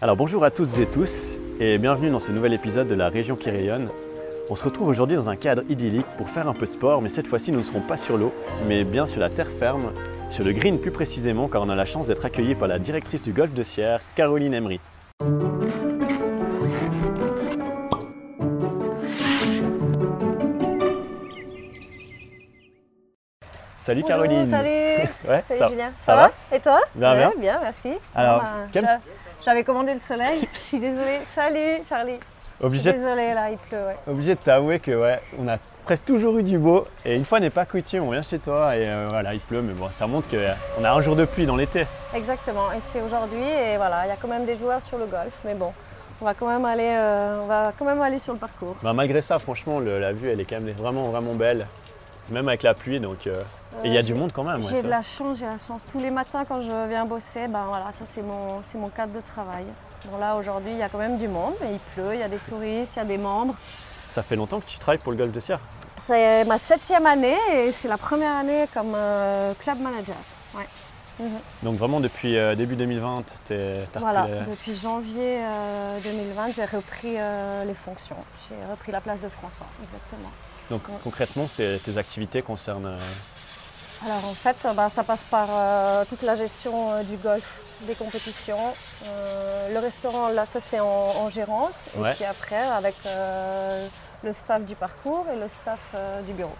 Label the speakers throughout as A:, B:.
A: Alors bonjour à toutes et tous et bienvenue dans ce nouvel épisode de la Région qui rayonne. On se retrouve aujourd'hui dans un cadre idyllique pour faire un peu de sport, mais cette fois-ci nous ne serons pas sur l'eau, mais bien sur la terre ferme, sur le green plus précisément, car on a la chance d'être accueillis par la directrice du golf de Sierre, Caroline Emery. Salut
B: Bonjour,
A: Caroline.
B: Salut.
A: Ouais,
B: salut
A: ça-
B: Julien.
A: ça va
B: Et toi
A: Bien,
B: Ouais,
A: bien.
B: merci.
A: Alors,
B: Bon, bah,
A: quel-
B: j'a- J'avais commandé le soleil. Je suis désolée. Salut Charlie. Je suis
A: Obligé,
B: désolée là, il pleut. ouais.
A: obligé de t'avouer que ouais, on a presque toujours eu du beau et une fois n'est pas coutume, on vient chez toi et euh, voilà, il pleut, mais bon, ça montre qu'on a un jour de pluie dans l'été.
B: Exactement. Et c'est aujourd'hui et voilà, il y a quand même des joueurs sur le golf, mais bon, on va quand même aller, euh, on va quand même aller sur le parcours.
A: Bah, malgré ça, franchement, le- la vue, elle est quand même vraiment, vraiment belle, même avec la pluie, donc euh, et il y a
B: Euh,
A: du monde quand même. ouais,
B: J'ai
A: ça.
B: de la chance, j'ai la chance. Tous les matins quand je viens bosser, ben voilà, ça c'est mon, c'est mon cadre de travail. Bon là aujourd'hui il y a quand même du monde, mais il pleut, il y a des touristes, il y a des membres.
A: Ça fait longtemps que tu travailles pour le golf de Sierre.
B: C'est ma septième année et c'est la première année comme euh, club manager.
A: Donc vraiment depuis euh, début 2020, t'es- t'as
B: Voilà,
A: repris les-
B: depuis janvier euh, 2020, j'ai repris euh, les fonctions. J'ai repris la place de François, exactement.
A: Donc
B: Ouais.
A: concrètement, c'est- tes activités concernent. euh,
B: Alors en fait, euh, ben, ça passe par euh, toute la gestion euh, du golf, des compétitions. Euh, le restaurant, là, ça c'est en, en gérance.
A: Ouais.
B: Et puis après, avec euh, le staff du parcours et le staff euh, du bureau.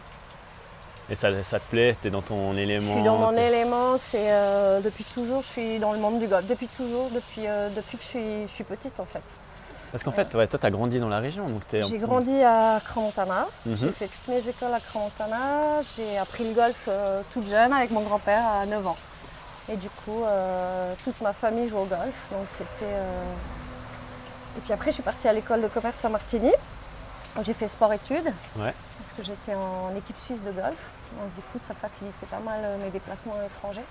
A: et ça, ça te plaît, t'es dans ton élément.
B: Je suis dans mon
A: t'es-
B: élément, c'est euh, depuis toujours, je suis dans le monde du golf. Depuis toujours, depuis, euh, depuis que je suis, je suis petite en fait.
A: Parce qu'en fait, ouais, toi, t'as grandi dans la région, donc t'es.
B: J'ai grandi à Cramontana,
A: Mhm.
B: j'ai fait toutes mes écoles à Cramontana, j'ai appris le golf euh, toute jeune avec mon grand-père à 9 ans. Et du coup, euh, toute ma famille joue au golf, donc c'était... euh, Et puis après, je suis partie à l'école de commerce à Martigny, où j'ai fait sport-études,
A: Ouais.
B: parce que j'étais en équipe suisse de golf, donc du coup, ça facilitait pas mal euh, mes déplacements à l'étranger.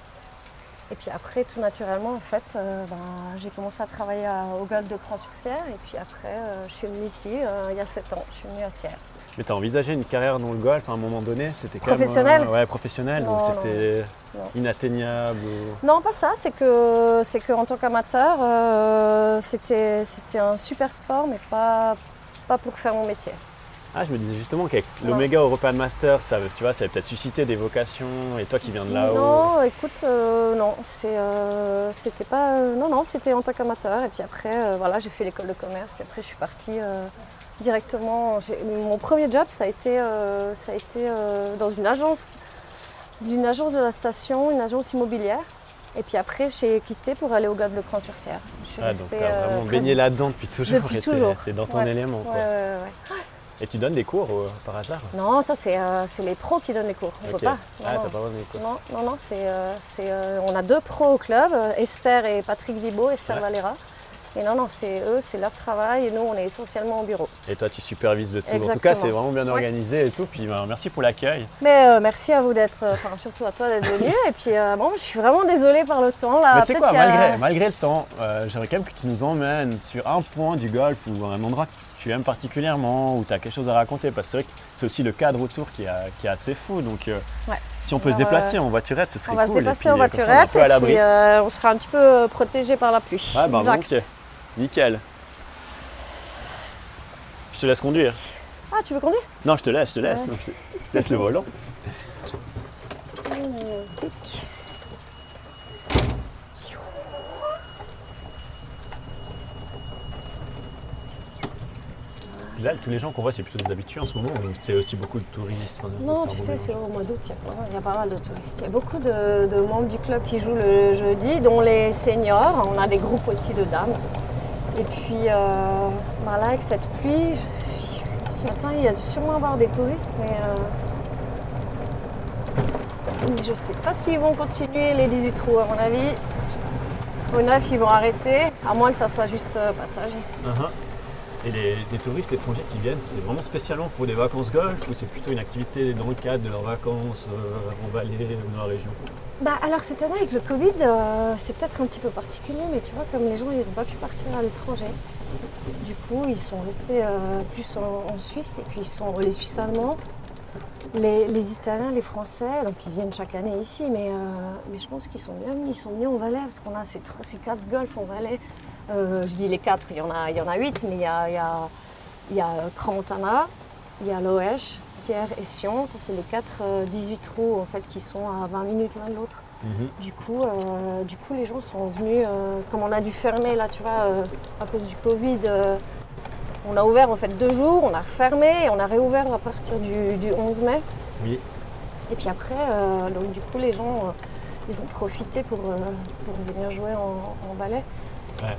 B: Et puis après, tout naturellement, en fait, euh, ben, j'ai commencé à travailler à- au golf de Cran-sur-Serre. Et puis après, euh, je suis venue ici euh, il y a 7 ans. Je suis venue à Sierre.
A: Mais t'as envisagé une carrière dans le golf à un moment donné C'était quand même,
B: Professionnel
A: euh, ouais, professionnel,
B: Non,
A: donc
B: non,
A: c'était
B: non.
A: inatteignable. ou-
B: Non, pas ça. C'est que, c'est que en tant qu'amateur, euh, c'était, c'était un super sport, mais pas, pas pour faire mon métier.
A: Ah, je me disais justement qu'avec
B: Non.
A: l'Omega European Master, ça, tu vois, ça avait peut-être suscité des vocations. Et toi qui viens de là-haut.
B: Non, écoute, euh, non, c'est, euh, c'était pas, euh, non, non, c'était en tant qu'amateur. Et puis après, euh, voilà, j'ai fait l'école de commerce. Puis après, je suis partie euh, directement. j'ai- Mon premier job, ça a été, euh, ça a été euh, dans une agence, d'une agence de la station, une agence immobilière. Et puis après, j'ai quitté pour aller au golf de Cran-sur-Serre. Je suis
A: Ah, donc
B: restée
A: t'as vraiment
B: euh,
A: baigné là-dedans depuis toujours.
B: Depuis
A: et t'es-
B: toujours.
A: T'es dans ton
B: Ouais.
A: élément.
B: Ouais,
A: Quoi.
B: ouais, ouais.
A: Et tu donnes des cours euh, par hasard
B: Non, ça c'est, euh, c'est les pros qui donnent les cours. On
A: Ok.
B: peut pas. Non,
A: Ah,
B: non.
A: t'as pas donné des cours.
B: Non, non, non, c'est, euh, c'est, euh, on a deux pros au club, euh, Esther et Patrick Vibo, Esther
A: Ouais.
B: Valera. Et non, non, c'est eux, c'est leur travail et nous, on est essentiellement au bureau.
A: Et toi, tu supervises le tout. En tout cas,
B: Exactement.
A: c'est vraiment bien organisé et tout. Puis ben, merci pour l'accueil.
B: Mais euh, merci à vous d'être, euh, enfin surtout à toi d'être venu. et puis euh, bon, je suis vraiment désolée par le temps là.
A: Mais tu sais
B: Ah, Peut-être
A: quoi,
B: qu'il y a-
A: malgré, malgré le temps, euh, j'aimerais quand même que tu nous emmènes sur un point du golf ou un endroit que tu aimes particulièrement, où tu as quelque chose à raconter, parce que c'est vrai que c'est aussi le cadre autour qui, est- qui est assez fou. Donc euh,
B: Ouais.
A: si on peut se
B: Alors,
A: déplacer en voiturette, ce serait
B: On va
A: cool.
B: se
A: et
B: déplacer
A: puis,
B: en
A: euh, comme ça, on est
B: voiturette
A: un peu à
B: et
A: l'abri.
B: puis euh, on sera un petit peu euh, protégé par la pluie.
A: Ah bah
B: Exact.
A: volontiers. Nickel. Je te laisse conduire.
B: Ah, tu veux conduire
A: Non, je te laisse, je te laisse. Je te- je te laisse le volant. Là, tous les gens qu'on voit, c'est plutôt des habitués en ce moment, ou c'est aussi beaucoup de touristes. hein,
B: Non,
A: c'est un
B: tu
A: bon
B: sais,
A: mélange.
B: c'est au mois d'août, il y a pas mal- il y, a pas mal de touristes. Il y a beaucoup de, de membres du club qui jouent le jeudi, dont les seniors. On a des groupes aussi de dames. Et puis, euh, bah là, avec cette pluie, je- ce matin, il y a dû sûrement avoir des touristes, mais, euh, mais je sais pas s'ils vont continuer les 18 trous, à mon avis. Au 9, ils vont arrêter, à moins que ça soit juste euh, passager.
A: Uh-huh. Et les, les touristes étrangers qui viennent, c'est vraiment spécialement pour des vacances golf ou c'est plutôt une activité dans le cadre de leurs vacances euh, en vallée ou dans la région
B: Bah alors cette année avec le Covid, euh, c'est peut-être un petit peu particulier, mais tu vois comme les gens ils n'ont pas pu partir à l'étranger, du coup ils sont restés euh, plus en, en Suisse et puis ils sont les Suisses allemands, les, les Italiens, les Français, donc ils viennent chaque année ici, mais, euh, mais je pense qu'ils sont bien venus, ils sont venus en Valais parce qu'on a ces, tr- ces quatre golfs en Valais Euh, je dis les quatre, il y en a, il y en a huit, mais il y a, il y a, il y a Crans-Montana, il y a Loèche, Sierre et Sion. Ça, c'est les quatre euh, 18 trous en fait, qui sont à 20 minutes l'un de l'autre.
A: Mhm.
B: Du coup, euh, du coup, les gens sont venus, euh, comme on a dû fermer là, tu vois, euh, à cause du Covid, euh, on a ouvert en fait deux jours, on a refermé et on a réouvert à partir du, du 11 mai.
A: Oui.
B: Et puis après, euh, donc du coup, les gens, euh, ils ont profité pour, euh, pour venir jouer en, en ballet.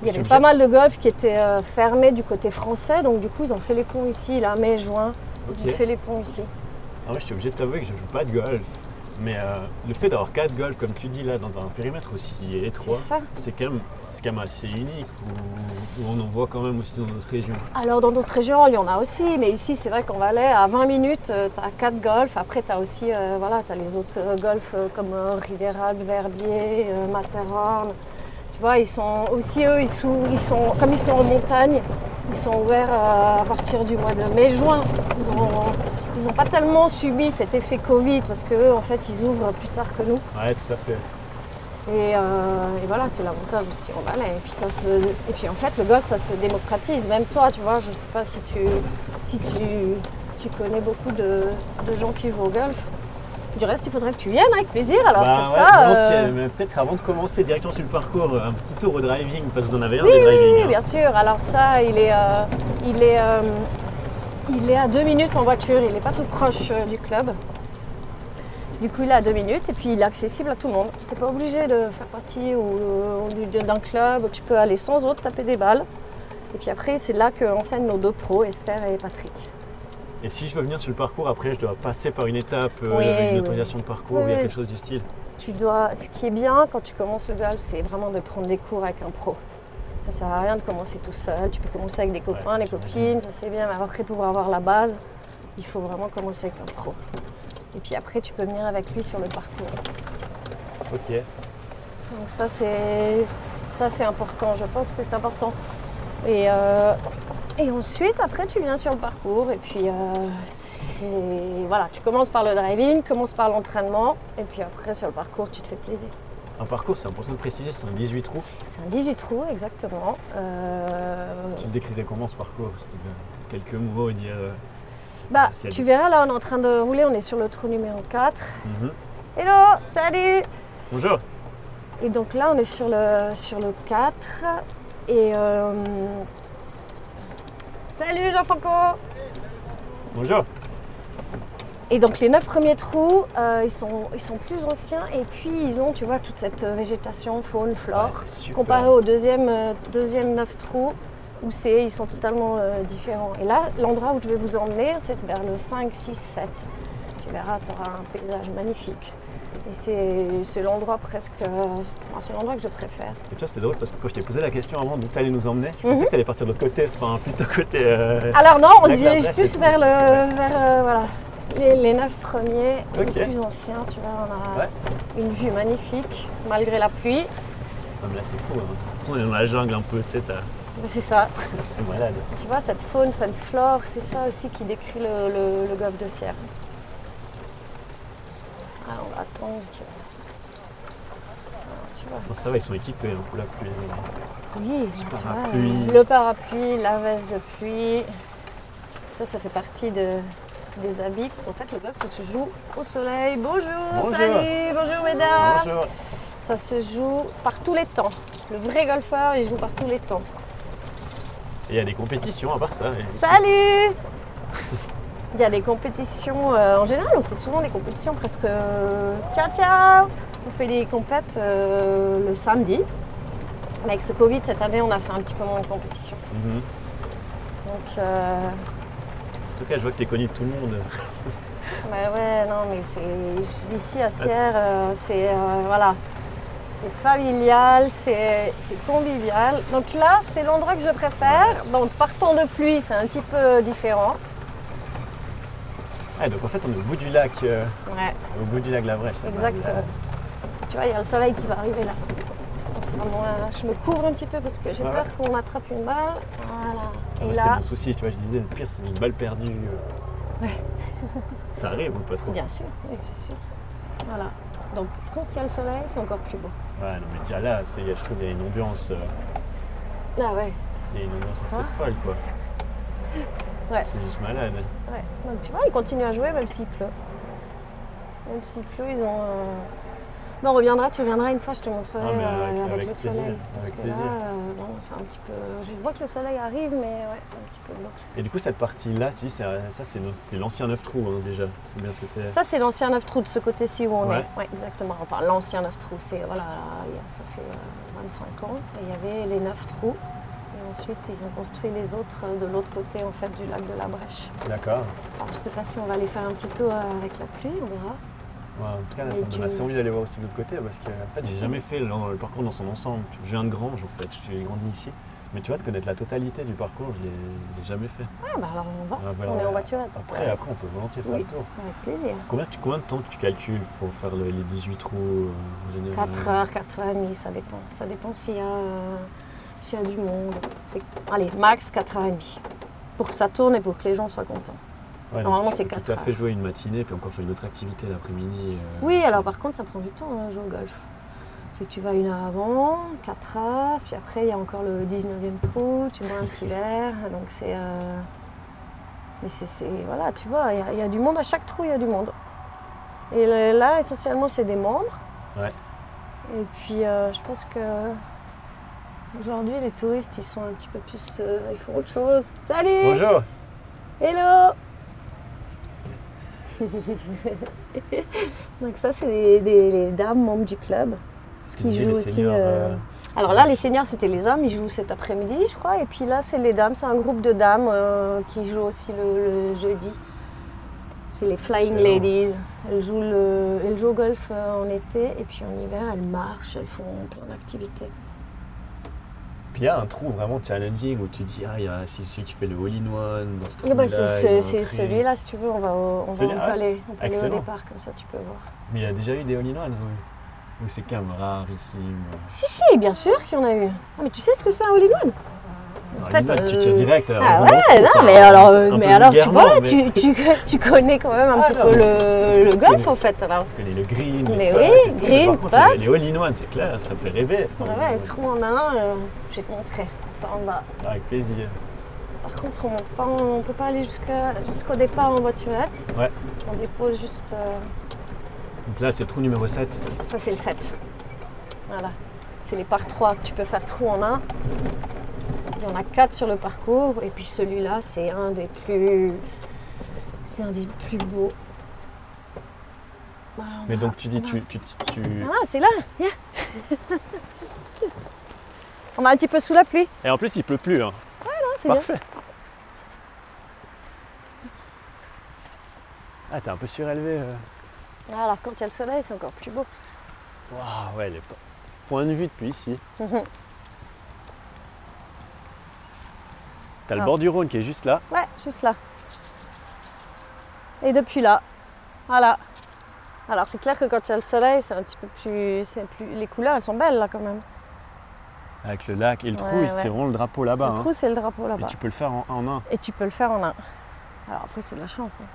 B: Il y avait pas mal de golf qui étaient euh, fermés du côté français, donc du coup, ils ont fait les ponts ici, là, mai, juin, ils ont fait les ponts ici.
A: Ah ouais, je suis obligé de t'avouer que je joue pas de golf. Mais euh, le fait d'avoir quatre golfs, comme tu dis là, dans un périmètre aussi
B: C'est
A: étroit,
B: ça.
A: c'est quand, même- c'est quand même assez unique. Où, où on en voit quand même aussi dans notre région.
B: Alors dans d'autres régions, il y en a aussi, mais ici c'est vrai qu'en Valais, à 20 minutes, tu as 4 golfs. Après, tu as aussi euh, voilà, as les autres euh, golfs euh, comme euh, Rideral, Verbier, euh, Matterhorn. Tu vois, ils sont aussi eux, ils sont, ils sont, comme ils sont en montagne, ils sont ouverts euh, à partir du mois de mai-juin. Ils n'ont ils ont pas tellement subi cet effet Covid parce qu'eux, en fait, ils ouvrent plus tard que nous.
A: Ouais, tout à fait.
B: Et, euh, et voilà, c'est l'avantage aussi en ballet. Et puis, ça se, et puis en fait, le golf, ça se démocratise. Même toi, tu vois, je sais pas si tu, si tu, tu connais beaucoup de, de gens qui jouent au golf. Du reste, il faudrait que tu viennes avec plaisir. Alors
A: Bah
B: comme
A: ouais,
B: ça,
A: volontiers,
B: euh,
A: mais peut-être avant de commencer direction sur le parcours, euh, un petit tour au driving, parce que vous en avez un
B: Oui,
A: des driving.
B: oui, bien sûr. Alors ça, il est, euh, il est, euh, il est à deux minutes en voiture. Il n'est pas tout proche euh, du club. Du coup, il est à deux minutes et puis il est accessible à tout le monde. Tu n'es pas obligé de faire partie ou, ou du- d'un club. Tu peux aller sans autre taper des balles. Et puis après, c'est là que enseignent nos deux pros, Esther et Patrick.
A: hein. Et si je veux venir sur le parcours, après je dois passer par une étape, euh,
B: Oui,
A: avec une
B: oui.
A: autorisation de parcours,
B: Oui,
A: il y a
B: oui.
A: quelque chose du style.
B: Si tu dois, ce qui est bien quand tu commences le golf, c'est vraiment de prendre des cours avec un pro. Ça sert à rien de commencer tout seul. Tu peux commencer avec des copains,
A: ça,
B: des
A: j'imagine.
B: copines, ça c'est bien. Mais après, pour avoir la base, il faut vraiment commencer avec un pro. Et puis après, tu peux venir avec lui sur le parcours.
A: Ok.
B: Donc ça c'est ça c'est important, je pense que c'est important. Et, euh, et ensuite après tu viens sur le parcours et puis euh, c'est voilà, tu commences par le driving, commences par l'entraînement et puis après sur le parcours tu te fais plaisir.
A: Un parcours, c'est important de préciser, c'est un 18 trous.
B: C'est un 18 trous exactement. Euh,
A: Tu le décrirais comment ce parcours C'est de Quelques mots, dire. euh,
B: bah
A: c'est
B: tu verras là on est en train de rouler, on est sur le trou numéro 4.
A: Mhm.
B: Hello, salut
A: Bonjour
B: Et donc là, on est sur le, sur le 4. Et. euh, Salut Jean-Franco
A: Bonjour
B: Et donc les 9 premiers trous, euh, ils, sont, ils sont plus anciens et puis ils ont, tu vois, toute cette euh, végétation, faune, flore.
A: Ouais, c'est super.
B: comparé au deuxième, euh, deuxième 9 trous où c'est, ils sont totalement euh, différents. Et là, l'endroit où je vais vous emmener, c'est vers le 5, 6, 7. Tu verras, tu auras un paysage magnifique. Et c'est c'est l'endroit presque. euh, c'est l'endroit que je préfère.
A: Et tu vois, c'est drôle parce que quand je t'ai posé la question avant d'où t'allais nous emmener,
B: Mhm.
A: je pensais que t'allais partir de l'autre côté, enfin plutôt côté. euh,
B: Alors non, on se
A: D'accord,
B: dirige
A: là,
B: plus
A: c'est
B: vers le vers euh, voilà les, les neuf premiers,
A: Ok.
B: les plus anciens. Tu vois, on a
A: Ouais.
B: une vue magnifique malgré la pluie.
A: Non, Ah, mais là, c'est fou. hein. On est dans la jungle un peu, tu sais, t'as-
B: Mais C'est ça.
A: c'est malade.
B: Tu vois cette faune, cette flore, c'est ça aussi qui décrit le, le, le golfe de Sierre. Ah, on va attendre. que- Ah, tu vois.
A: Bon, ça va, ils sont équipés hein, pour la pluie. hein.
B: Oui,
A: Petit
B: tu vois, euh,
A: parapluie.
B: le parapluie, la veste de pluie. Ça, ça fait partie de- des habits, parce qu'en fait, le golf, ça se joue au soleil. Bonjour,
A: Bonjour.
B: salut, bonjour mesdames.
A: Bonjour
B: Ça se joue par tous les temps. Le vrai golfeur, il joue par tous les temps.
A: Et il y a des compétitions à part ça. et-
B: Salut Il y a des compétitions, euh, en général on fait souvent des compétitions presque euh, ciao ciao On fait des compètes euh, le samedi. Mais avec ce Covid cette année on a fait un petit peu moins de compétitions.
A: Mhm.
B: Donc euh,
A: En tout cas, je vois que t'es connu de tout le monde.
B: bah ouais non mais c'est ici à Sierre euh, c'est euh, voilà c'est familial, c'est c'est convivial. Donc là c'est l'endroit que je préfère. Donc par temps de pluie c'est un petit peu différent.
A: Ah, donc en fait, on est au bout du lac, euh,
B: Ouais.
A: au bout du lac Lavrèche. ça m'a-
B: Exactement. Tu vois, il y a le soleil qui va arriver là. On sera moins- euh, Je me couvre un petit peu parce que j'ai
A: Ouais.
B: peur qu'on attrape une balle. Voilà.
A: Moi, C'était
B: Et là,
A: mon souci, tu vois, je disais, le pire, c'est une balle perdue. euh. ça arrive ou pas trop
B: bien sûr, oui, c'est sûr. Voilà. Donc, quand il y a le soleil, c'est encore plus beau.
A: Ouais, non, mais déjà là, c'est- je trouve qu'il y a une ambiance euh,
B: Ah ouais.
A: Il y a une ambiance
B: Ça
A: assez
B: va
A: folle, quoi.
B: Hein Ouais.
A: C'est juste malade.
B: Ouais, donc tu vois, ils continuent à jouer même s'il pleut. Même s'il pleut, ils ont. euh, Mais on reviendra, tu reviendras une fois, je te montrerai
A: Ah, mais
B: euh,
A: avec-
B: avec,
A: avec
B: le
A: plaisir,
B: soleil. parce
A: avec
B: que
A: plaisir.
B: là, euh, bon, c'est un petit peu. Je vois que le soleil arrive, mais ouais, c'est un petit peu glauque.
A: Et du coup, cette partie-là, tu dis, c'est- ça, c'est notre- c'est l'ancien 9 trous, hein, déjà. C'est bien, c'était...
B: Ça, c'est l'ancien 9 trous de ce côté-ci où on
A: Ouais.
B: est. Ouais, exactement. Enfin, l'ancien 9 trous, c'est. Voilà, il y a- ça fait euh, 25 ans. Et il y avait les 9 trous. Et ensuite, ils ont construit les autres euh, de l'autre côté, en fait, du lac de la Brèche.
A: euh, D'accord.
B: Alors, je sais pas si on va aller faire un petit tour euh, avec la pluie, on verra.
A: Ouais, en tout cas, là,
B: Mais
A: ça me donne
B: tu-
A: assez envie d'aller voir aussi de l'autre côté, parce que, en fait, j'ai jamais fait le, le parcours dans son ensemble. Je viens de Grange, en fait. Je suis grandi ici. Mais tu vois, de connaître la totalité du parcours, je l'ai je l'ai jamais fait.
B: Ah, bah alors, on va.
A: Ah, voilà,
B: on est
A: voilà.
B: en voiturette.
A: Après, après, on peut volontiers faire
B: Oui.
A: le tour.
B: Avec plaisir.
A: Combien, tu- combien de temps tu calcules pour faire le- les 18 trous euh, en général
B: 4 heures, 4 heures et demie, ça dépend. Ça dépend s'il y a, euh, s'il y a du monde. C'est- Allez, max 4 heures et demie. Pour que ça tourne et pour que les gens soient contents.
A: Ouais, donc
B: Normalement,
A: tu
B: c'est
A: peux
B: quatre
A: Tout à fait
B: heures.
A: jouer une matinée, puis encore faire une autre activité l'après-midi. euh,
B: Oui, alors par contre, ça prend du temps, hein, jouer au golf. C'est que tu vas une heure avant, 4 heures, puis après, il y a encore le 19e trou, tu bois un petit verre. Donc c'est. euh, Mais c'est. c'est- Voilà, tu vois, il y a- il y, a du monde, à chaque trou, il y a du monde. Et le- là, essentiellement, c'est des membres.
A: Ouais.
B: Et puis, euh, je pense que. Aujourd'hui, les touristes, ils sont un petit peu plus. euh, ils font autre chose. Salut
A: Bonjour
B: Hello Donc ça, c'est des, des- les dames membres du club.
A: Ce
B: Qui joue aussi, euh, Alors là, les seniors, c'était les hommes, ils jouent cet après-midi, je crois. Et puis là, c'est les dames, c'est un groupe de dames euh, qui jouent aussi le, le jeudi. C'est les Flying
A: Excellent.
B: Ladies. Elles jouent, le, elles jouent au golf euh, en été et puis en hiver, elles marchent, elles font plein d'activités.
A: Puis il y a un trou vraiment challenging où tu dis, ah, il y a celui qui fait le all-in-one dans ce
B: Ah
A: trou-là.
B: bah, c'est
A: il y a un
B: ce- c'est
A: tri.
B: celui-là, si tu veux, on va, au- on va
A: Celui-là,
B: on peut aller, on peut aller au
A: ah, Excellent.
B: départ, comme ça tu peux voir.
A: Mais il y a déjà eu des all-in-one, oui. Ou c'est quand même rarissime. euh,
B: Si, si, bien sûr qu'il y en a eu. Ah, mais tu sais ce que c'est un all one
A: En
B: fait,
A: fait, tu
B: euh,
A: tires direct. alors,
B: Ah
A: on
B: ouais,
A: en
B: non,
A: fout,
B: mais
A: hein,
B: alors,
A: un
B: euh,
A: peu
B: mais alors tu,
A: vulgairement,
B: voilà,
A: mais
B: tu, tu, tu connais quand même un
A: Ah,
B: petit
A: non,
B: peu
A: mais-
B: le, le golf en fait. Alors,
A: Tu connais le green.
B: Mais
A: les
B: oui,
A: putts et tout,
B: green,
A: mais par contre,
B: putts.
A: les- Les all-in-one, c'est clair, ça me fait rêver.
B: ouais,
A: all-in-one.
B: trou en un, euh, je vais te montrer. Comme Ça, on va.
A: Avec plaisir.
B: Par contre, on monte pas, on peut pas aller jusqu'à- jusqu'au départ en voiturette.
A: Ouais.
B: On dépose juste. euh,
A: Donc là, c'est le trou numéro 7.
B: Ça, c'est le 7. Voilà. C'est les par 3 que tu peux faire trou en un. Il y en a 4 sur le parcours. Et puis celui-là, c'est un des plus. C'est un des plus beaux. Voilà, on
A: Mais
B: a-
A: donc tu dis,
B: on a-
A: tu. tu, tu- tu-
B: Ah, c'est là Viens. On va un petit peu sous la pluie.
A: Et en plus, il pleut plus. hein.
B: Ah, c'est bien.
A: Parfait. Ah, t'es un peu surélevé. euh.
B: Ah, Alors, quand il y a le soleil, c'est encore plus beau.
A: Waouh, ouais, les po- points de vue depuis ici.
B: Mhm.
A: T'as le
B: Ah.
A: bord du Rhône qui est juste là.
B: Ouais, juste là. Et depuis là, voilà. Alors c'est clair que quand il y a le soleil, c'est un petit peu plus, c'est plus, les couleurs elles sont belles là quand même.
A: Avec le lac et le trou,
B: Ouais,
A: et c'est
B: ouais.
A: vraiment le drapeau là-bas.
B: le
A: hein.
B: trou c'est le drapeau
A: Et
B: là-bas.
A: tu peux le faire en, en un.
B: Et, tu peux le faire en un. Alors après c'est de la chance. hein.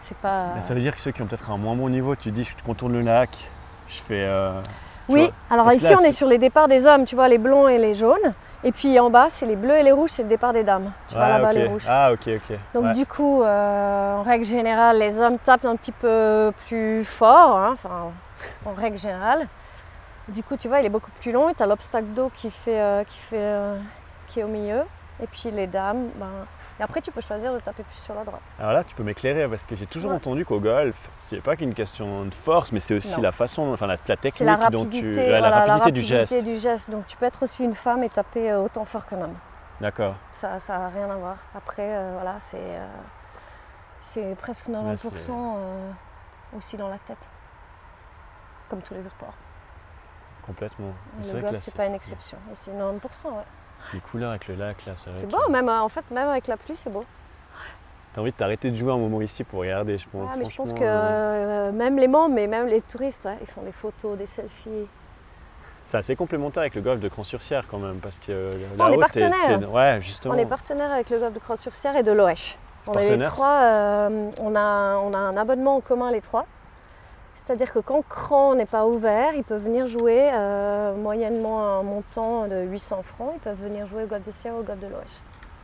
B: C'est pas.
A: Mais ça veut dire que ceux qui ont peut-être un moins bon niveau, tu dis je contourne le lac, je fais. euh, tu
B: oui.
A: vois.
B: Alors
A: Parce que
B: ici
A: là,
B: on est
A: c'est-
B: sur les départs des hommes, tu vois les blonds et les jaunes. Et puis en bas c'est les bleus et les rouges, c'est le départ des dames. Tu vois
A: Ouais,
B: là-bas
A: ok.
B: les rouges.
A: Ah, ok, ok.
B: Donc
A: Ouais.
B: du coup, euh, en règle générale, les hommes tapent un petit peu plus fort, hein, enfin en règle générale. Du coup, tu vois, il est beaucoup plus long et tu as l'obstacle d'eau qui, fait, euh, qui, fait, euh, qui est au milieu. Et puis les dames, ben... et après tu peux choisir de taper plus sur la droite.
A: Alors là, tu peux m'éclairer parce que j'ai toujours
B: Ouais.
A: entendu qu'au golf, c'est pas qu'une question de force, mais c'est aussi
B: Non.
A: la façon, enfin la, la technique
B: C'est la
A: dont tu.
B: rapidité,
A: ouais, la
B: voilà,
A: rapidité du
B: rapidité
A: geste.
B: du geste. Donc tu peux être aussi une femme et taper euh, autant fort qu'un homme.
A: D'accord.
B: Ça n'a rien à voir. Après, euh, voilà, c'est euh, c'est presque 90% euh, aussi dans la tête, comme tous les autres sports.
A: Complètement. Mais
B: Le
A: que
B: golf,
A: là,
B: c'est pas une exception. Et c'est 90%, ouais.
A: Les couleurs avec le lac, là, c'est vrai.
B: C'est
A: que-
B: beau, même euh, en fait, même avec la pluie, c'est beau.
A: T'as envie de t'arrêter de jouer un moment ici pour regarder, je pense.
B: Ah, mais je pense
A: franchement,
B: que
A: euh,
B: euh, même les membres, mais même les touristes, ouais, ils font des photos, des selfies.
A: C'est assez complémentaire avec le golf de Cran-sur-Sière quand même, parce que euh,
B: on est
A: là-haut, t'es-
B: partenaires.
A: t'es- Ouais, justement.
B: On est partenaire avec le golf de Croix-sur-Serre et de l'OH. On est les
A: Partenaires.
B: trois, euh, on, a, on a un abonnement en commun les trois. C'est-à-dire que quand Cran n'est pas ouvert, ils peuvent venir jouer euh, moyennement un montant de 800 francs. Ils peuvent venir jouer au golf de Sierre ou au golf de l'Oèche.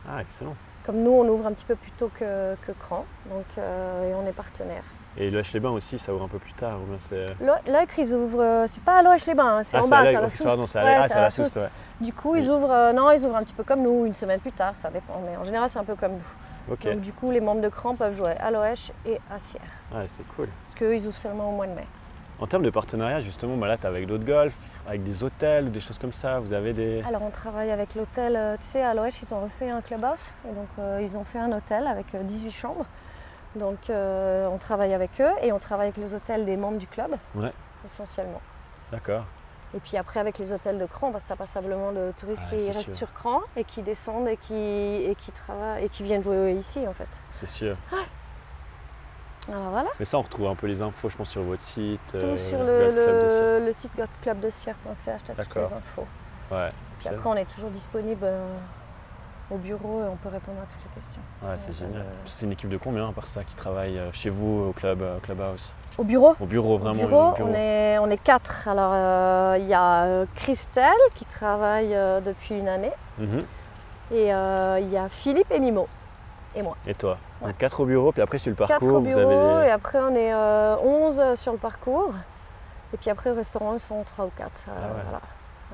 A: Ah, excellent.
B: Comme nous, on ouvre un petit peu plus tôt que, que Cran, donc, euh, et on est partenaire.
A: Et le les bains aussi, ça ouvre un peu plus tard. ou bien c'est- euh,
B: L'Oech, ils ouvrent, euh, c'est pas à l'Oèche les bains, hein, c'est
A: Ah,
B: en
A: à
B: bas,
A: l'œil.
B: c'est à la
A: Oh, pardon,
B: Souste.
A: c'est à
B: Ouais,
A: l'œil. Ah,
B: c'est
A: c'est
B: à la
A: Souste,
B: Souste.
A: ouais.
B: Du coup, ils ouvrent, euh, non, ils ouvrent un petit peu comme nous, une semaine plus tard, ça dépend, mais en général, c'est un peu comme nous.
A: Ok.
B: Donc, du coup, les membres de Cran peuvent jouer à l'Oèche et à Sierre,
A: Ah, c'est cool.
B: parce qu'ils ouvrent seulement au mois de mai.
A: En termes de partenariat, justement, bah là, tu avec d'autres golf, avec des hôtels ou des choses comme ça. Vous avez des.
B: Alors on travaille avec l'hôtel, euh, tu sais, à l'Oèche, ils ont refait un clubhouse. Et donc euh, ils ont fait un hôtel avec euh, 18 chambres. Donc euh, on travaille avec eux et on travaille avec les hôtels des membres du club,
A: Ouais.
B: essentiellement.
A: D'accord.
B: Et puis après avec les hôtels de Cran, parce que t'as pas simplement de touristes
A: Ouais,
B: qui
A: c'est
B: restent
A: sûr.
B: sur Cran et qui descendent et qui, et qui travaillent et qui viennent jouer ici en fait.
A: C'est sûr.
B: Alors voilà,
A: Mais ça, on retrouve un peu les infos, je pense, sur votre site. euh,
B: Ah. tout sur le,
A: Golf Club de Sierre.
B: le, le site golfclubdesierre.ch, t'as toutes les
A: D'accord.
B: infos.
A: Ouais,
B: Puis
A: c'est-
B: après on est toujours disponible euh, au bureau et on peut répondre à toutes les questions.
A: ouais,
B: Ça, euh,
A: c'est
B: y a pas
A: génial.
B: de-
A: Puis C'est une équipe de combien, à part ça, qui travaille euh, chez vous, au club, euh, au clubhouse
B: Au bureau
A: Au bureau,
B: Au
A: vraiment.
B: bureau,
A: au bureau.
B: On, est, on est quatre. Alors, euh, il y a euh, Christelle qui travaille euh, depuis une année
A: Mhm.
B: et euh, il y a Philippe et Mimo.
A: Et toi
B: Ouais.
A: Donc, 4 au bureau, puis après, sur le parcours,
B: quatre au
A: vous
B: bureau
A: avez.
B: et après on est euh, 11 sur le parcours. Et puis après au restaurant, ils sont trois ou quatre. euh,
A: Ah ouais.
B: voilà,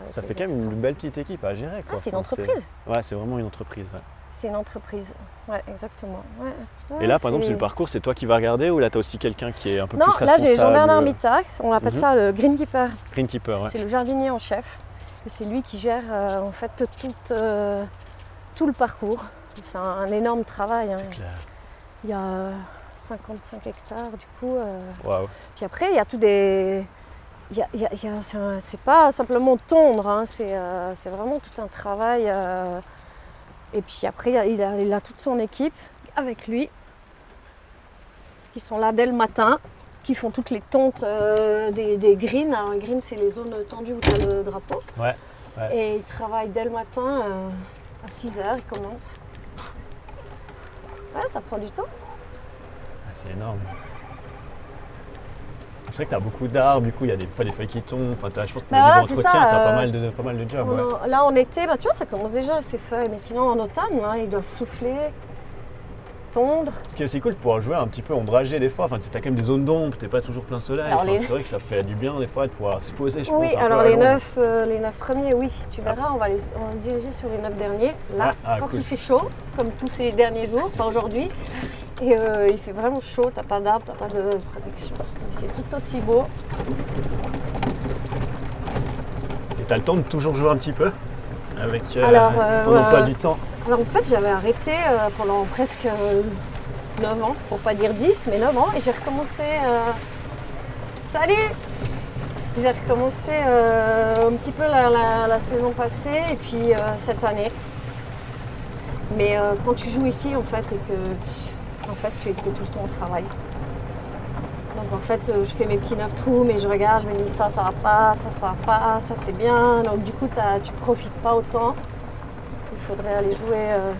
B: avec
A: Ça
B: les
A: fait quand même
B: extras.
A: une euh. belle petite équipe à gérer.
B: Ah,
A: quoi.
B: c'est une
A: Enfin,
B: entreprise.
A: Ouais, c'est vraiment une entreprise. ouais.
B: C'est une entreprise. Ouais, exactement. Ouais.
A: Et
B: Ouais,
A: là, par exemple,
B: c'est-
A: sur le parcours, c'est toi qui vas regarder ou là, tu as aussi quelqu'un qui est un peu
B: Non,
A: plus responsable
B: là j'ai Jean-Bernard
A: euh,
B: Mittag, on appelle
A: Mhm.
B: ça le greenkeeper.
A: Greenkeeper, ouais.
B: C'est le jardinier en chef. Et c'est lui qui gère euh, en fait tout, euh, tout le parcours. C'est un, un énorme travail. hein.
A: C'est clair.
B: Il y a euh, 55 hectares du coup. euh.
A: Waouh.
B: Puis après, il y a tout des. il y a- il y a- il y a- c'est un- c'est pas simplement tondre, hein, c'est euh, c'est vraiment tout un travail. euh. Et puis après, il y a- il a, il a toute son équipe avec lui qui sont là dès le matin, qui font toutes les tentes euh, des, des greens. Alors, un green, c'est les zones tendues où tu as le drapeau.
A: Ouais, ouais.
B: Et ils travaillent dès le matin euh, à 6 h, ils commencent. Ouais, ça prend du temps.
A: Ah, c'est énorme. C'est vrai que tu as beaucoup d'arbres, du coup, il y a des fois des feuilles qui tombent. Enfin, t'as- je pense que
B: Bah voilà,
A: niveau
B: c'est
A: entretien, tu
B: ça,
A: as
B: euh,
A: pas mal de, pas mal de jobs.
B: On
A: Ah ouais.
B: en- là en été, bah, tu vois, ça commence déjà ces feuilles, mais sinon en automne, hein, ils doivent souffler, tondre.
A: Ce qui est aussi cool, de pouvoir jouer un petit peu ombragé des fois. Enfin, tu as quand même des zones d'ombre, t'es pas toujours plein soleil.
B: Alors,
A: Enfin,
B: les-
A: C'est vrai que ça fait du bien des fois de pouvoir se poser, je
B: oui,
A: pense. un peu
B: alors
A: à
B: les
A: l'ombre.
B: neuf, euh, les neuf premiers, oui, tu verras, on, va les- on va se diriger sur les neuf derniers. Là,
A: Ah, ah,
B: quand
A: cool.
B: il fait chaud, comme tous ces derniers jours, pas aujourd'hui, et euh, il fait vraiment chaud, t'as pas d'arbre, t'as pas de protection. Mais c'est tout aussi beau.
A: Et t'as le temps de toujours jouer un petit peu avec euh,
B: Alors, euh,
A: ton emploi
B: ouais.
A: du temps.
B: Alors en fait, j'avais arrêté euh, pendant presque 9 ans, pour pas dire 10, mais 9 ans, et j'ai recommencé. euh, Salut J'ai recommencé euh, un petit peu la, la- la saison passée et puis euh, cette année. Mais euh, quand tu joues ici en fait et que tu, en fait, tu es t'es tout le temps au travail. Donc en fait euh, je fais mes petits neuf trous, mais je regarde, je me dis ça ça va pas, ça ça va pas, ça c'est bien. Donc du coup t'as- tu profites pas autant. Il faudrait aller jouer euh,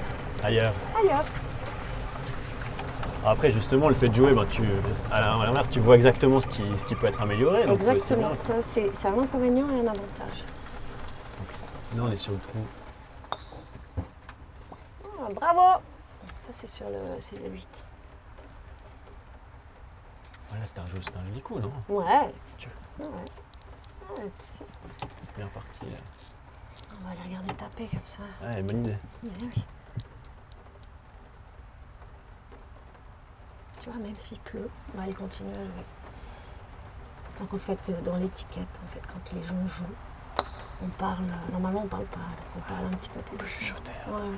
A: Ailleurs.
B: ailleurs.
A: Ah, Après, justement, le fait de jouer, ben, tu, à la- à l'inverse, tu vois exactement ce qui, ce qui peut être amélioré. donc c'est aussi
B: Exactement.
A: bien.
B: Ça c'est c'est un inconvénient et un avantage.
A: Là, on est sur le trou.
B: Ah, bravo Ça c'est sur le, c'est le 8.
A: Voilà, c'était un jeu, c'était un joli coup, non
B: Ouais.
A: Tu-
B: Ouais. Ouais, tu sais.
A: Bien parti. là.
B: On va les regarder taper comme ça.
A: Ouais, bonne idée.
B: Ouais, oui. Tu vois, même s'il pleut, bah, elle continue à jouer. Donc en fait, euh, dans l'étiquette, en fait, quand les gens jouent, on parle. euh, Normalement, on parle pas. Donc on parle un petit peu plus.
A: Le chuchoteur.
B: Ouais.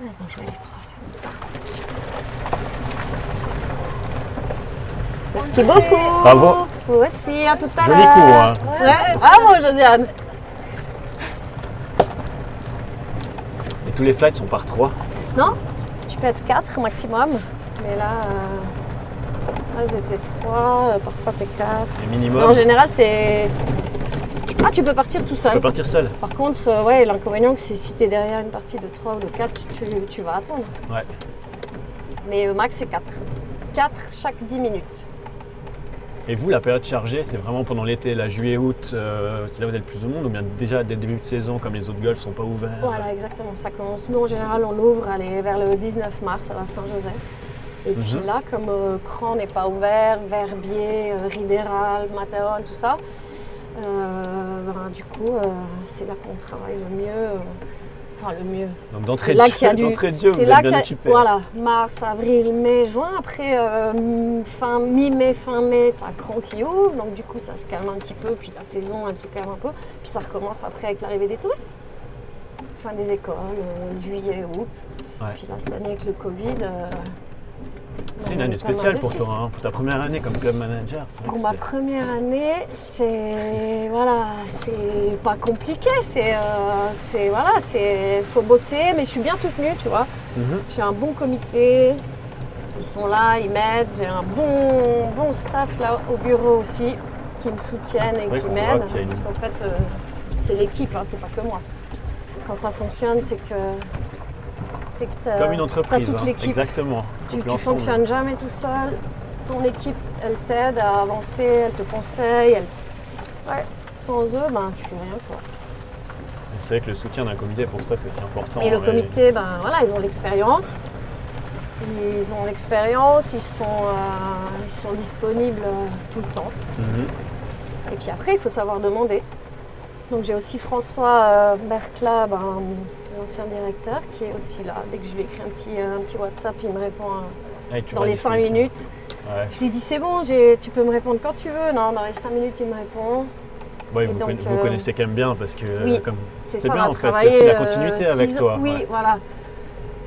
B: Elles ont joué les trois, c'est bon. Merci beaucoup.
A: Bravo.
B: Vous aussi, à tout à l'heure.
A: Joli coup, hein.
B: Ouais, bravo Josiane.
A: Et tous les flights sont par trois.
B: Non, tu peux être 4 maximum. Mais là, euh, là, elles étaient 3, euh, parfois t'es 4.
A: C'est
B: Mais
A: minimum.
B: en général, c'est. Ah, tu peux partir tout
A: On peut
B: seul.
A: partir seul.
B: Par contre, euh, ouais, l'inconvénient, c'est si tu es derrière une partie de 3 ou de 4, tu, tu vas attendre.
A: Ouais.
B: Mais au max, c'est 4. 4 chaque 10 minutes.
A: Et vous, la période chargée, c'est vraiment pendant l'été, là, juillet, août, euh, c'est là où vous avez le plus de monde, ou bien déjà dès le début de saison, comme les autres golfs sont pas ouverts
B: Voilà, exactement. Ça commence. Nous, en général, on ouvre allez, vers le 19 mars à la Saint-Joseph. Et puis
A: Mhm.
B: là, comme euh, Cran n'est pas ouvert, Verbier, euh, Ridéral, Matheron, tout ça, euh, ben, du coup, euh, c'est là qu'on travaille le mieux. euh, Enfin, le mieux.
A: Donc d'entrée
B: C'est
A: de,
B: là qu'il y
A: jeu,
B: a du.
A: d'entrée de jeu, vous
B: c'est
A: êtes
B: là
A: bien
B: qu'il y a-
A: occupé.
B: Voilà, mars, avril, mai, juin. Après, euh, fin mi-mai, fin mai, t'as Cran qui ouvre. Donc, du coup, ça se calme un petit peu. Puis la saison, elle se calme un peu. Puis ça recommence après avec l'arrivée des touristes. Fin des écoles, euh, juillet, août.
A: Ouais.
B: Puis là, cette année, avec le Covid. euh,
A: C'est
B: on
A: une
B: est
A: année
B: pas mal
A: spéciale
B: dessus.
A: pour toi, hein, pour ta première année comme club manager. c'est vrai
B: Pour
A: que
B: ma
A: c'est-
B: première année, c'est voilà, c'est pas compliqué, c'est euh, c'est voilà, c'est faut bosser, mais je suis bien soutenue, tu vois.
A: Mhm.
B: J'ai un bon comité, ils sont là, ils m'aident, j'ai un bon bon staff là au bureau aussi qui me soutiennent
A: C'est
B: et
A: vrai
B: qui
A: qu'on voit
B: m'aident,
A: qu'il y a une-
B: parce qu'en fait euh, c'est l'équipe, hein, c'est pas que moi. Quand ça fonctionne, c'est que Euh, c'est que t'as
A: Comme une
B: t'as
A: entreprise,
B: toute
A: hein,
B: l'équipe
A: exactement.
B: tu,
A: Donc
B: tu
A: l'ensemble-
B: fonctionnes jamais tout seul. Ton équipe, elle t'aide à avancer, elle te conseille. Elle... Ouais, sans eux, ben, tu fais rien. Quoi.
A: C'est vrai que le soutien d'un comité, pour ça, c'est aussi important.
B: Et le comité, ben, voilà, ils ont l'expérience. Ils ont l'expérience, ils, sont, euh, ils sont disponibles euh, tout le temps.
A: Mhm.
B: Et puis après, il faut savoir demander. Donc j'ai aussi François euh, Bercla, ben, l'ancien directeur, qui est aussi là. Dès que je lui écris un petit, euh, un petit WhatsApp, il me répond euh,
A: Ouais, tu
B: dans
A: vois,
B: les
A: il-
B: 5 minutes.
A: Ouais.
B: Je lui dis c'est bon, j'ai- tu peux me répondre quand tu veux. Non, dans les 5 minutes, il me répond.
A: Ouais,
B: Et
A: vous,
B: donc,
A: conna- vous
B: euh,
A: connaissez quand même bien parce que euh,
B: oui.
A: comme
B: C'est
A: C'est
B: ça,
A: bien,
B: on a
A: en fait, c'est
B: travaillé,
A: aussi la continuité
B: euh,
A: avec
B: six
A: toi,
B: ans. Oui,
A: ouais.
B: voilà.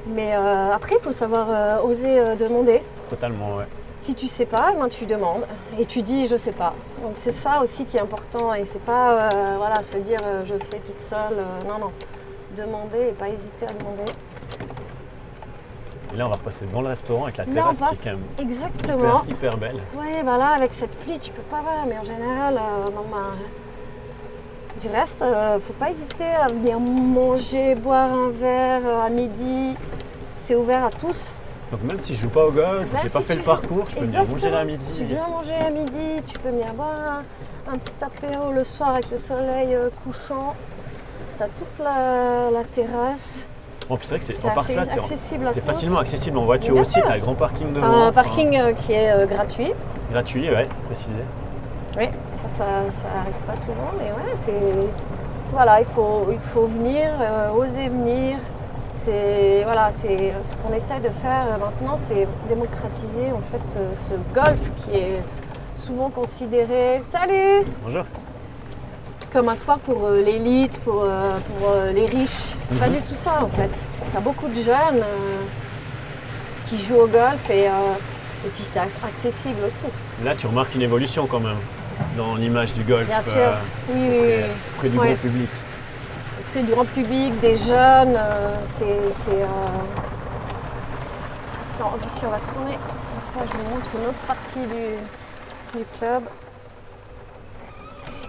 B: Mais euh, après, il faut savoir euh, oser euh, demander.
A: totalement, ouais.
B: Si tu sais pas, eh ben, tu demandes et tu dis je sais pas. Donc c'est ça aussi qui est important et c'est pas euh, voilà, se dire euh, je fais toute seule. euh, non, non. Demander et pas hésiter à demander.
A: Et là, on va repasser devant le restaurant avec la
B: Là, on
A: terrasse qui
B: passe
A: est quand même
B: Exactement.
A: hyper, hyper belle.
B: Ouais, bah là, avec cette pluie, tu peux pas voir, mais en général, euh, non, bah, du reste, euh, faut pas hésiter à venir manger, boire un verre euh, à midi. C'est ouvert à tous.
A: Donc même si je joue pas au golf, ou
B: Même
A: j'ai pas
B: si
A: fait
B: tu
A: le
B: joues-
A: parcours, je peux venir manger
B: Exactement.
A: à midi.
B: Tu viens manger à midi, tu peux venir boire un, un petit apéro le soir avec le soleil euh, couchant. T'as toute la, la terrasse.
A: Bon, puis c'est vrai que c'est
B: C'est
A: en part
B: assez
A: ça, t'es en-
B: accessible à
A: t'es
B: tous.
A: facilement accessible en voiture
B: Bien
A: aussi.
B: sûr.
A: T'as un grand parking devant.
B: T'as un
A: enfin,
B: parking euh, qui est euh, gratuit.
A: gratuit, ouais, précisé.
B: Oui, ça, ça, ça arrive pas souvent, mais ouais, c'est. Voilà, il faut, il faut venir, euh, oser venir. C'est voilà, c'est ce qu'on essaie de faire euh, maintenant, c'est démocratiser en fait euh, ce golf qui est souvent considéré, salut,
A: Bonjour.
B: comme un sport pour euh, l'élite, pour, euh, pour euh, les riches. C'est pas
A: Mhm.
B: du tout ça en fait. T'as beaucoup de jeunes euh, qui jouent au golf et, euh, et puis c'est accessible aussi.
A: Là, tu remarques une évolution quand même dans l'image du golf euh,
B: Bien sûr. Oui, oui, oui.
A: auprès, auprès
B: oui.
A: du
B: Ouais.
A: grand public.
B: Plus du grand public, des jeunes, euh, c'est. c'est, euh, Attends, ici on va tourner. Comme ça, je vous montre une autre partie du, du club.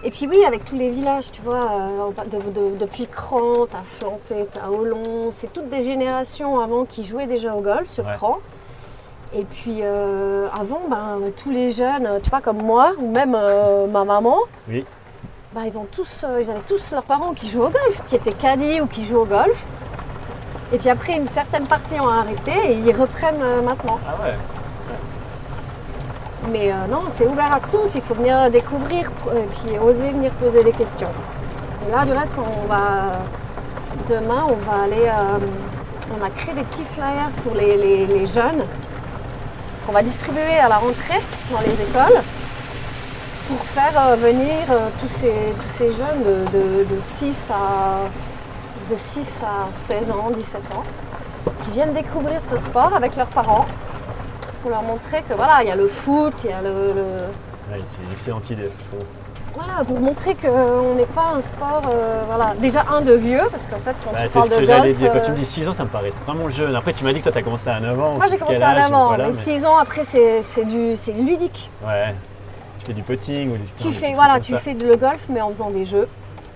B: Et puis oui, avec tous les villages, tu vois, euh, on part de- de- depuis Cran, t'as Flanté, t'as Hollon, c'est toutes des générations avant qui jouaient déjà au golf sur
A: Ouais.
B: Cran. Et puis euh, avant, ben, tous les jeunes, tu vois, comme moi, ou même euh, ma maman,
A: Oui.
B: ben, ils, ont tous, euh, ils avaient tous leurs parents qui jouaient au golf, qui étaient caddies ou qui jouent au golf. Et puis après, une certaine partie ont arrêté et ils reprennent euh, maintenant.
A: Ah ouais.
B: Mais euh, non, c'est ouvert à tous, il faut venir découvrir pr- et puis oser venir poser des questions. Et là, du reste, on va. Demain, on va aller. euh, on a créé des petits flyers pour les, les- les jeunes qu'on va distribuer à la rentrée dans les écoles pour faire euh, venir euh, tous, ces, tous ces jeunes de, de- de 6 à, de 6 à 16 ans, 17 ans, qui viennent découvrir ce sport avec leurs parents pour leur montrer que voilà, il y a le foot, il y a le. le-
A: Ouais, c'est une excellente idée. je trouve.
B: Voilà, pour montrer qu'on n'est pas un sport. euh, voilà, déjà un de vieux, parce qu'en fait, quand
A: Bah,
B: tu
A: c'est
B: parles
A: ce
B: de
A: que j'allais
B: golf.
A: dire. Quand tu
B: euh,
A: me dis 6 ans, ça me paraît vraiment jeune. Après, tu m'as dit que toi, tu as commencé à 9 ans.
B: Moi, j'ai
A: Quel
B: commencé à
A: âge,
B: 9 ans,
A: voilà,
B: mais
A: mais-
B: 6 ans après, c'est c'est du- c'est ludique.
A: Ouais. Tu fais du putting ou du
B: Tu fais, voilà, tu fais de- le golf, mais en faisant des jeux.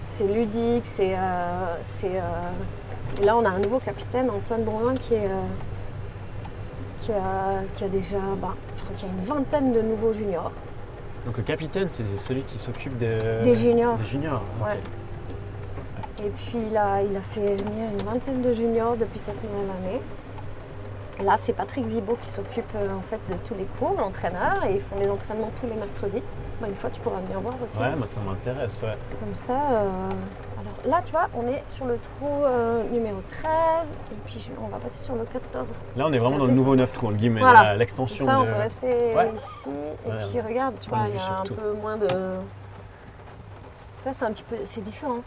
B: C'est ludique, c'est. euh, c'est, euh, Et là, on a un nouveau capitaine, Antoine Bourgoin, qui est. euh, Qui a, qui a déjà, bah, je crois qu'il y a une vingtaine de nouveaux juniors.
A: Donc le capitaine, c'est celui qui s'occupe des...
B: Des juniors.
A: Des juniors, ok.
B: Ouais. Et puis il a, il a fait venir une vingtaine de juniors depuis cette nouvelle année. Et Là, c'est Patrick Vibo qui s'occupe euh, en fait de tous les cours, l'entraîneur, et ils font des entraînements tous les mercredis. Bah, une fois, tu pourras venir voir aussi.
A: Ouais, moi ça m'intéresse, ouais.
B: Comme ça, euh, alors là, tu vois, on est sur le trou euh, numéro 13, et puis je- on va passer sur le 14.
A: Là, on est vraiment
B: Là,
A: dans le
B: c'est
A: nouveau 9 trous, entre guillemets,
B: Voilà.
A: la-
B: Comme
A: l'extension
B: ça, on
A: de...
B: peut rester
A: Ouais.
B: ici,
A: Ouais.
B: et puis regarde, tu
A: On a
B: vois,
A: vu
B: il y a un
A: surtout.
B: peu moins de. Tu vois, c'est un petit peu. C'est différent.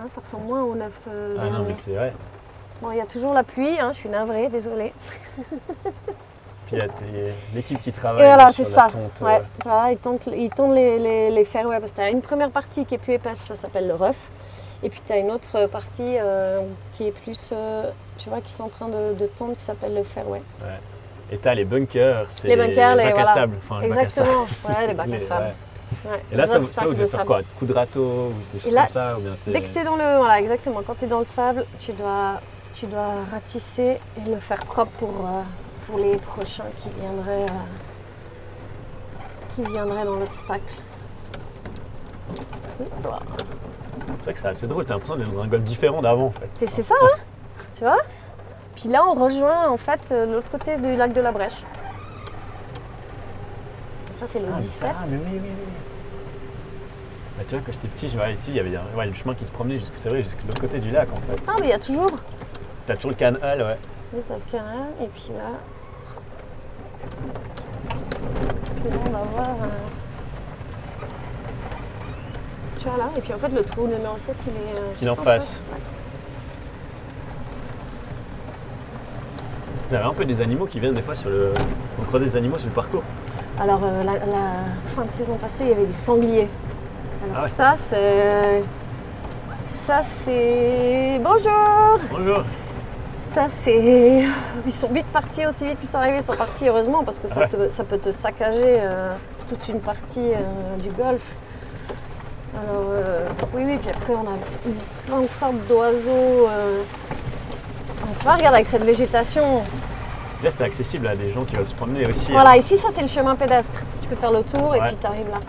B: Hein, ça ressemble moins au 9 euh,
A: Ah non,
B: dernier.
A: mais c'est vrai.
B: Bon, il y a toujours la pluie, hein, je suis navrée, désolée.
A: Puis il y a tes- l'équipe qui
B: Et
A: travaille
B: voilà,
A: sur
B: c'est
A: la
B: ça.
A: tonte,
B: Ouais,
A: euh,
B: tu vois, ils tentent, ils tentent les, les, les fairways parce que tu as une première partie qui est plus épaisse, ça s'appelle le rough. Et puis tu as une autre partie euh, qui est plus, euh, tu vois, qui sont en train de, de tendre qui s'appelle le fairway.
A: Et t'as les bunkers, c'est
B: Les bunkers, les-
A: bacs à
B: voilà.
A: sable. Enfin, les bacs à sable.
B: Exactement, ouais, les bacs
A: Les-
B: à sable.
A: ouais.
B: Ouais,
A: Et là,
B: les
A: ça, ça
B: obstacles
A: vous
B: de
A: devez faire
B: sable.
A: quoi Coup de râteau ou des choses
B: là,
A: comme ça ou bien c'est...
B: Dès que tu es dans le. Voilà, exactement, quand tu es dans le sable, tu dois, tu dois ratisser et le faire propre pour, euh, pour les prochains qui viendraient, euh, qui viendraient dans l'obstacle. Voilà.
A: C'est vrai que c'est assez drôle, t'as l'impression d'être dans un golf différent d'avant en fait.
B: C'est- C'est ça, hein Tu vois Puis là, on rejoint en fait euh, l'autre côté du lac de la Brèche. Ça, c'est le
A: Ah, mais
B: 17.
A: ça, mais oui, oui, oui. Bah, tu vois, quand j'étais petit, je vois ici, il y avait un- ouais, le chemin qui se promenait jusque, c'est vrai, jusque de l'autre côté du lac en fait.
B: Ah, mais il y a toujours
A: T'as toujours le canal, ouais.
B: Là, t'as le canal, et puis là. Puis là, on va voir. euh, Tu vois là, et puis en fait, le trou numéro 7, il est. euh,
A: Il est
B: juste
A: en face.
B: Ouais.
A: Vous avez un peu des animaux qui viennent des fois sur le. On croise des animaux sur le parcours.
B: Alors, euh, la, la fin de saison passée, il y avait des sangliers. Alors,
A: Ah ouais.
B: ça, c'est. Ça, c'est. Bonjour
A: Bonjour
B: Ça, c'est. Ils sont vite partis, aussi vite qu'ils sont arrivés, ils sont partis, heureusement, parce que ça,
A: Ouais.
B: te- ça peut te saccager euh, toute une partie euh, du golf. Alors, euh, oui, oui, puis après, on a plein de sortes d'oiseaux. euh. Donc, tu vois, regarde avec cette végétation.
A: Là, c'est accessible à des gens qui veulent se promener aussi.
B: Voilà, ici, ça, c'est le chemin pédestre. Tu peux faire le tour et
A: Ouais.
B: puis tu arrives là.
A: Là,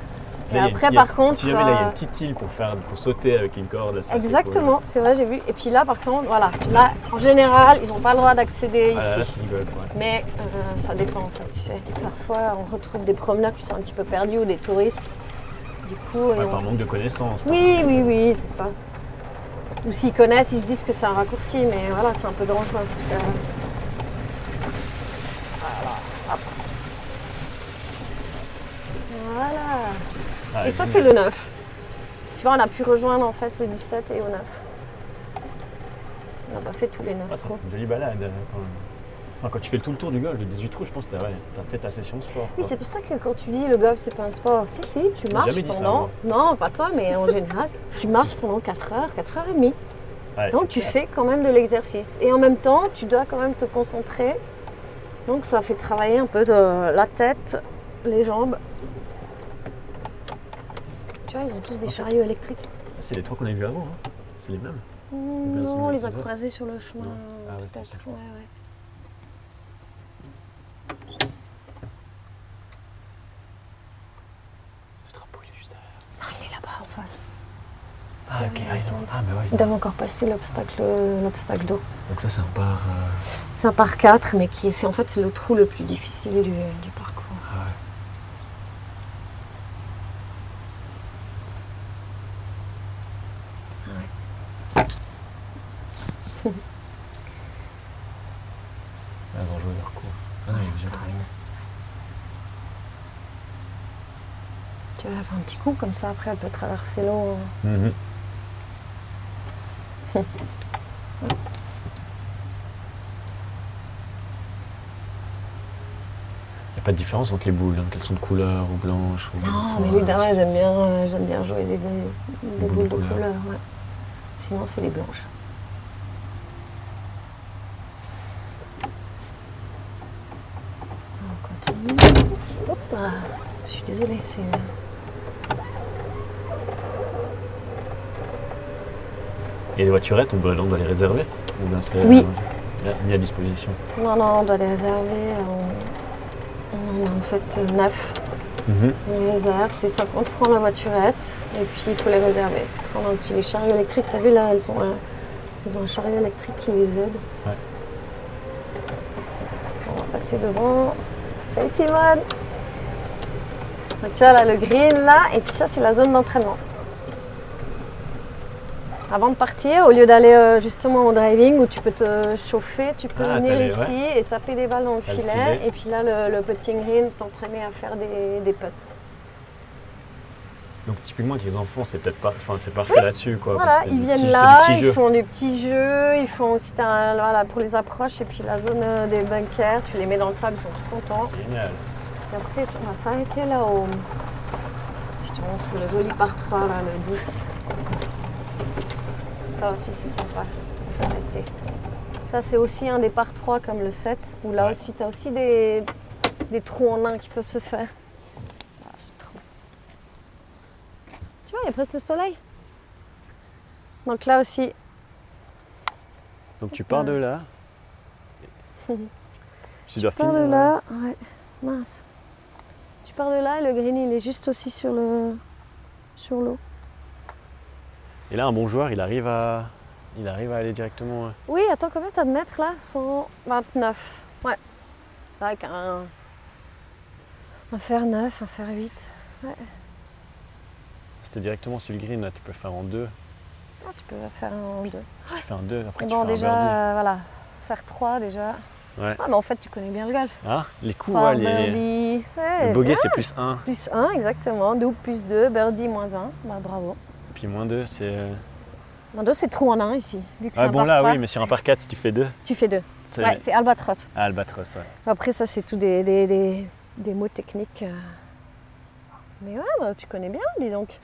A: il y
B: Et
A: a une-
B: après,
A: il y a-
B: par contre.
A: Si jamais là, il y a
B: euh,
A: une petite île pour, faire, pour sauter avec une corde. là, ça, c'est cool.
B: Exactement, c'est vrai, j'ai vu. Et puis là, par exemple, voilà, là, en général, ils n'ont pas le droit d'accéder
A: Ah là, là,
B: ici.
A: c'est du golf, ouais.
B: Mais euh, ça dépend en fait. tu sais. Parfois, on retrouve des promeneurs qui sont un petit peu perdus ou des touristes. Du coup, et
A: Ouais,
B: on-
A: par manque de connaissances.
B: oui, oui, oui, c'est ça. Ou s'ils connaissent, ils se disent que c'est un raccourci, mais voilà, c'est un peu dangereux parce que. Voilà. hop. Voilà.
A: Ah,
B: Et ça, c'est
A: génial.
B: le 9. Tu vois, on a pu rejoindre en fait le 17 et au 9. On n'a pas fait tous les 9
A: Ah, ça
B: trous.
A: fait une jolie balade. euh, Quand, même. Enfin, quand tu fais le tout le tour du golf, le 18 trous, je pense que t'as ouais, t'as fait ta session de sport.
B: Oui,
A: quoi.
B: c'est pour ça que quand tu dis le golf, c'est pas un sport. Si, si, tu
A: J'ai
B: marches
A: jamais dit ça,
B: pendant.
A: moi.
B: non, pas toi, mais en général, tu marches pendant 4 heures, 4 heures et demie.
A: Ouais,
B: Donc
A: c'est
B: tu
A: clair.
B: fais quand même de l'exercice. Et en même temps, tu dois quand même te concentrer. Donc ça fait travailler un peu de la tête, les jambes. Tu vois, ils ont tous des
A: En fait,
B: chariots électriques.
A: C'est les trois qu'on a vus avant. hein. C'est les mêmes.
B: Hmm,
A: bien, ben, c'est
B: non, on
A: bien,
B: les
A: c'est
B: a
A: bien.
B: croisés sur le chemin.
A: Non. Ah ouais, c'est
B: peut-être.
A: ça.
B: Ouais, ouais.
A: Le drapeau, il est juste derrière.
B: Ah, il est là-bas en face.
A: Ah, ok.
B: oui,
A: ah, il est-
B: attends.
A: ah, mais ouais.
B: Ils doivent encore passer l'obstacle l'obstacle d'eau.
A: Donc ça, c'est un bar. euh,
B: C'est un par 4, mais qui est, c'est- en fait c'est le trou le plus difficile du, du parcours.
A: ah ouais. Ah, Ils ont joué leur coup. Ah non, il est déjà trop long.
B: Tu vas faire un petit coup comme ça, après elle peut traverser l'eau. hein.
A: Mhm. Il n'y a pas de différence entre les boules, hein, qu'elles sont de couleur ou blanches ou.
B: Non,
A: enfin,
B: mais lui,
A: c'est-
B: derrière, j'aime bien, euh, j'aime bien jouer des, des-
A: Des
B: des boules de
A: boules de
B: couleur.
A: couleur.
B: ouais. Sinon, c'est les blanches. On continue. Hop, ah, je suis désolée, c'est.
A: Et les voiturettes, on doit, on doit les réserver Ou bien c'est
B: Oui.
A: euh, mis à disposition
B: Non, non, on doit les réserver. euh, On, on en a en fait euh, neuf.
A: Mhm.
B: On les réserve, c'est 50 francs la voiturette. Et puis il faut les réserver. Quand même, si les chariots électriques, t'as vu là, elles ont un, elles ont un chariot électrique qui les aide.
A: Ouais.
B: On va passer devant. Salut Simone Donc tu vois là le green là, et puis ça c'est la zone d'entraînement. Avant de partir, au lieu d'aller euh, justement au driving où tu peux te chauffer, tu peux
A: Ah,
B: venir
A: t'allais,
B: ici et taper des balles dans le
A: T'as le
B: filet,
A: filet.
B: Et puis là, le, le petit green, t'entraîner à faire des, des putts.
A: Donc typiquement avec les enfants, c'est peut-être pas, enfin c'est parfait là-dessus quoi.
B: Voilà,
A: parce que c'est
B: ils
A: des
B: viennent
A: petits-
B: là,
A: c'est des petits
B: ils
A: jeux.
B: font des petits jeux, ils font aussi t'as un- voilà, pour les approches et puis la zone euh, des bunkers, tu les mets dans le sable, ils sont tout contents.
A: Génial.
B: Et après, on va s'arrêter là au. Je te montre le joli par 3, là, le 10. Ça aussi, c'est sympa de s'arrêter. Ça, c'est aussi un des par 3 comme le 7, où là
A: Ouais.
B: aussi, tu as aussi des, des trous en un qui peuvent se faire. Ah, c'est trop. Tu vois, il y a presque le soleil. Donc là aussi,
A: Donc tu pars de là. tu dois
B: tu pars
A: finir,
B: de là. Ouais, mince. Tu pars de là et le green, il est juste aussi sur le sur l'eau.
A: Et là un bon joueur, il arrive à, il arrive à aller directement. euh,
B: Oui, attends, combien t'as de mètres là 129. Ouais. Avec un. Un fer 9, un fer 8.
A: C'était directement sur le green. Là, tu peux faire en deux.
B: Ah, tu peux faire un 2.
A: Tu fais un deux. Après tu
B: Bon,
A: fais
B: déjà,
A: un birdie.
B: euh, voilà. Faire 3 déjà.
A: Ouais.
B: Ah, mais en fait, tu connais bien le golf.
A: Ah, les coups,
B: Trois
A: ouais, les-
B: birdie. Ouais,
A: le bogey c'est plus 1,
B: Plus 1, exactement. Double plus 2, birdie moins 1. Bah, bravo.
A: puis moins 2, c'est. euh,
B: Dans deux, c'est trou en 1 ici. Vu que c'est
A: Ah
B: un
A: bon
B: par
A: là
B: trois,
A: oui, mais sur un par 4, si tu fais 2,
B: Tu fais 2.
A: c'est
B: Ouais, c'est Albatros.
A: Ah, albatros. Ouais.
B: Après, ça, c'est tout des, des, des- des mots techniques. euh. Mais ouais, bah, tu connais bien, dis donc.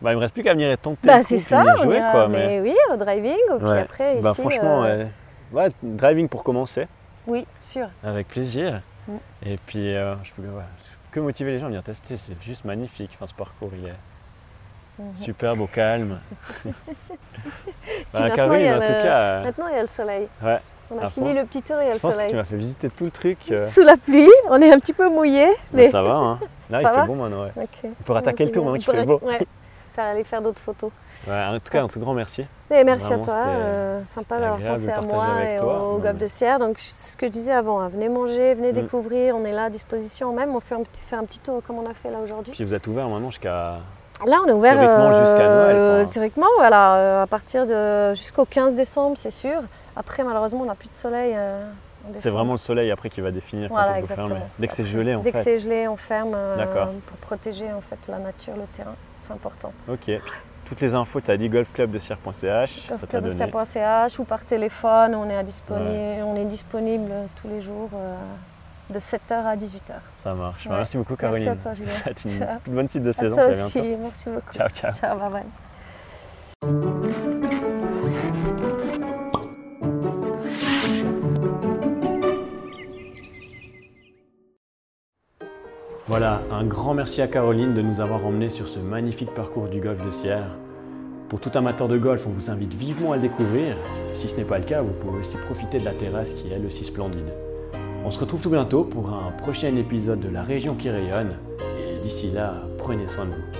A: Bah il me reste plus qu'à venir et tenter. le
B: Bah
A: coup,
B: c'est
A: puis
B: ça,
A: venir
B: on
A: jouer,
B: ira,
A: quoi,
B: mais...
A: mais-
B: oui, au driving, puis
A: Ouais.
B: après ici.
A: Bah franchement,
B: euh,
A: ouais. Ouais, driving pour commencer.
B: oui, sûr.
A: Avec plaisir.
B: Mm.
A: Et puis, euh, je peux ouais, je peux que motiver les gens à venir tester. C'est juste magnifique. Enfin, ce parcours, il est
B: Mhm.
A: superbe, au calme. bah,
B: maintenant, il y
A: Caroline,
B: a
A: en
B: le-
A: tout cas, euh,
B: Maintenant il y a le soleil.
A: ouais,
B: On a
A: À
B: fini
A: fond.
B: le petit tour, il y a le
A: je pense que
B: soleil.
A: tu m'as fait visiter tout le truc. euh,
B: Sous la pluie, on est un petit peu mouillé,
A: bah,
B: mais.
A: ça va, hein. Là,
B: Ça
A: il
B: va
A: fait bon maintenant. Ouais.
B: Ok.
A: On peut rattaquer le Bah, tour maintenant
B: On
A: qu'il fait
B: pourrait-
A: beau.
B: Ouais. Faire aller faire d'autres photos.
A: Ouais, en tout cas, un tout grand merci.
B: Mais merci à
A: Vraiment,
B: toi,
A: c'était-
B: euh, sympa
A: c'était
B: d'avoir
A: agréable
B: pensé
A: de
B: à
A: partager
B: moi
A: avec
B: et
A: toi.
B: au
A: Non,
B: Gap
A: mais-
B: de Sierre. Donc c'est ce que je disais avant, hein, venez manger, venez
A: Mm.
B: découvrir, on est là à disposition. Même on fait un petit, fait un petit tour comme on a fait là aujourd'hui.
A: Puis vous êtes ouvert maintenant jusqu'à.
B: Là, on est ouvert
A: Théoriquement, jusqu'à Noël, quoi.
B: théoriquement, voilà, euh, à partir de jusqu'au 15 décembre, c'est sûr. Après, malheureusement, on n'a plus de soleil. euh, en
A: C'est
B: décembre.
A: vraiment le soleil après qui va définir quand
B: Voilà,
A: est-ce qu'on ferme.
B: exactement.
A: Dès que c'est gelé, en
B: Dès que c'est
A: fait.
B: gelé, on ferme euh,
A: D'accord.
B: pour protéger en fait la nature, le terrain. C'est important.
A: Ok. Toutes les infos, tu as dit golfclubdecir.ch. Ça t'a donné.
B: Golfclubocir.ch ou par téléphone, on est, à disponi- on est disponible tous les jours euh, de 7h à 18h.
A: Ça marche. Bah,
B: Ouais.
A: Merci beaucoup,
B: Merci
A: Caroline.
B: à toi, Julien.
A: Ça, une
B: Ciao.
A: bonne suite de
B: À
A: saison.
B: toi
A: puis à
B: aussi,
A: bientôt.
B: merci beaucoup.
A: Ciao, ciao.
B: Ciao, bye bye.
A: Voilà, un grand merci à Caroline de nous avoir emmenés sur ce magnifique parcours du golf de Sierre. Pour tout amateur de golf, on vous invite vivement à le découvrir. Si ce n'est pas le cas, vous pouvez aussi profiter de la terrasse qui est elle aussi splendide. On se retrouve tout bientôt pour un prochain épisode de La Région qui rayonne. Et d'ici là, prenez soin de vous.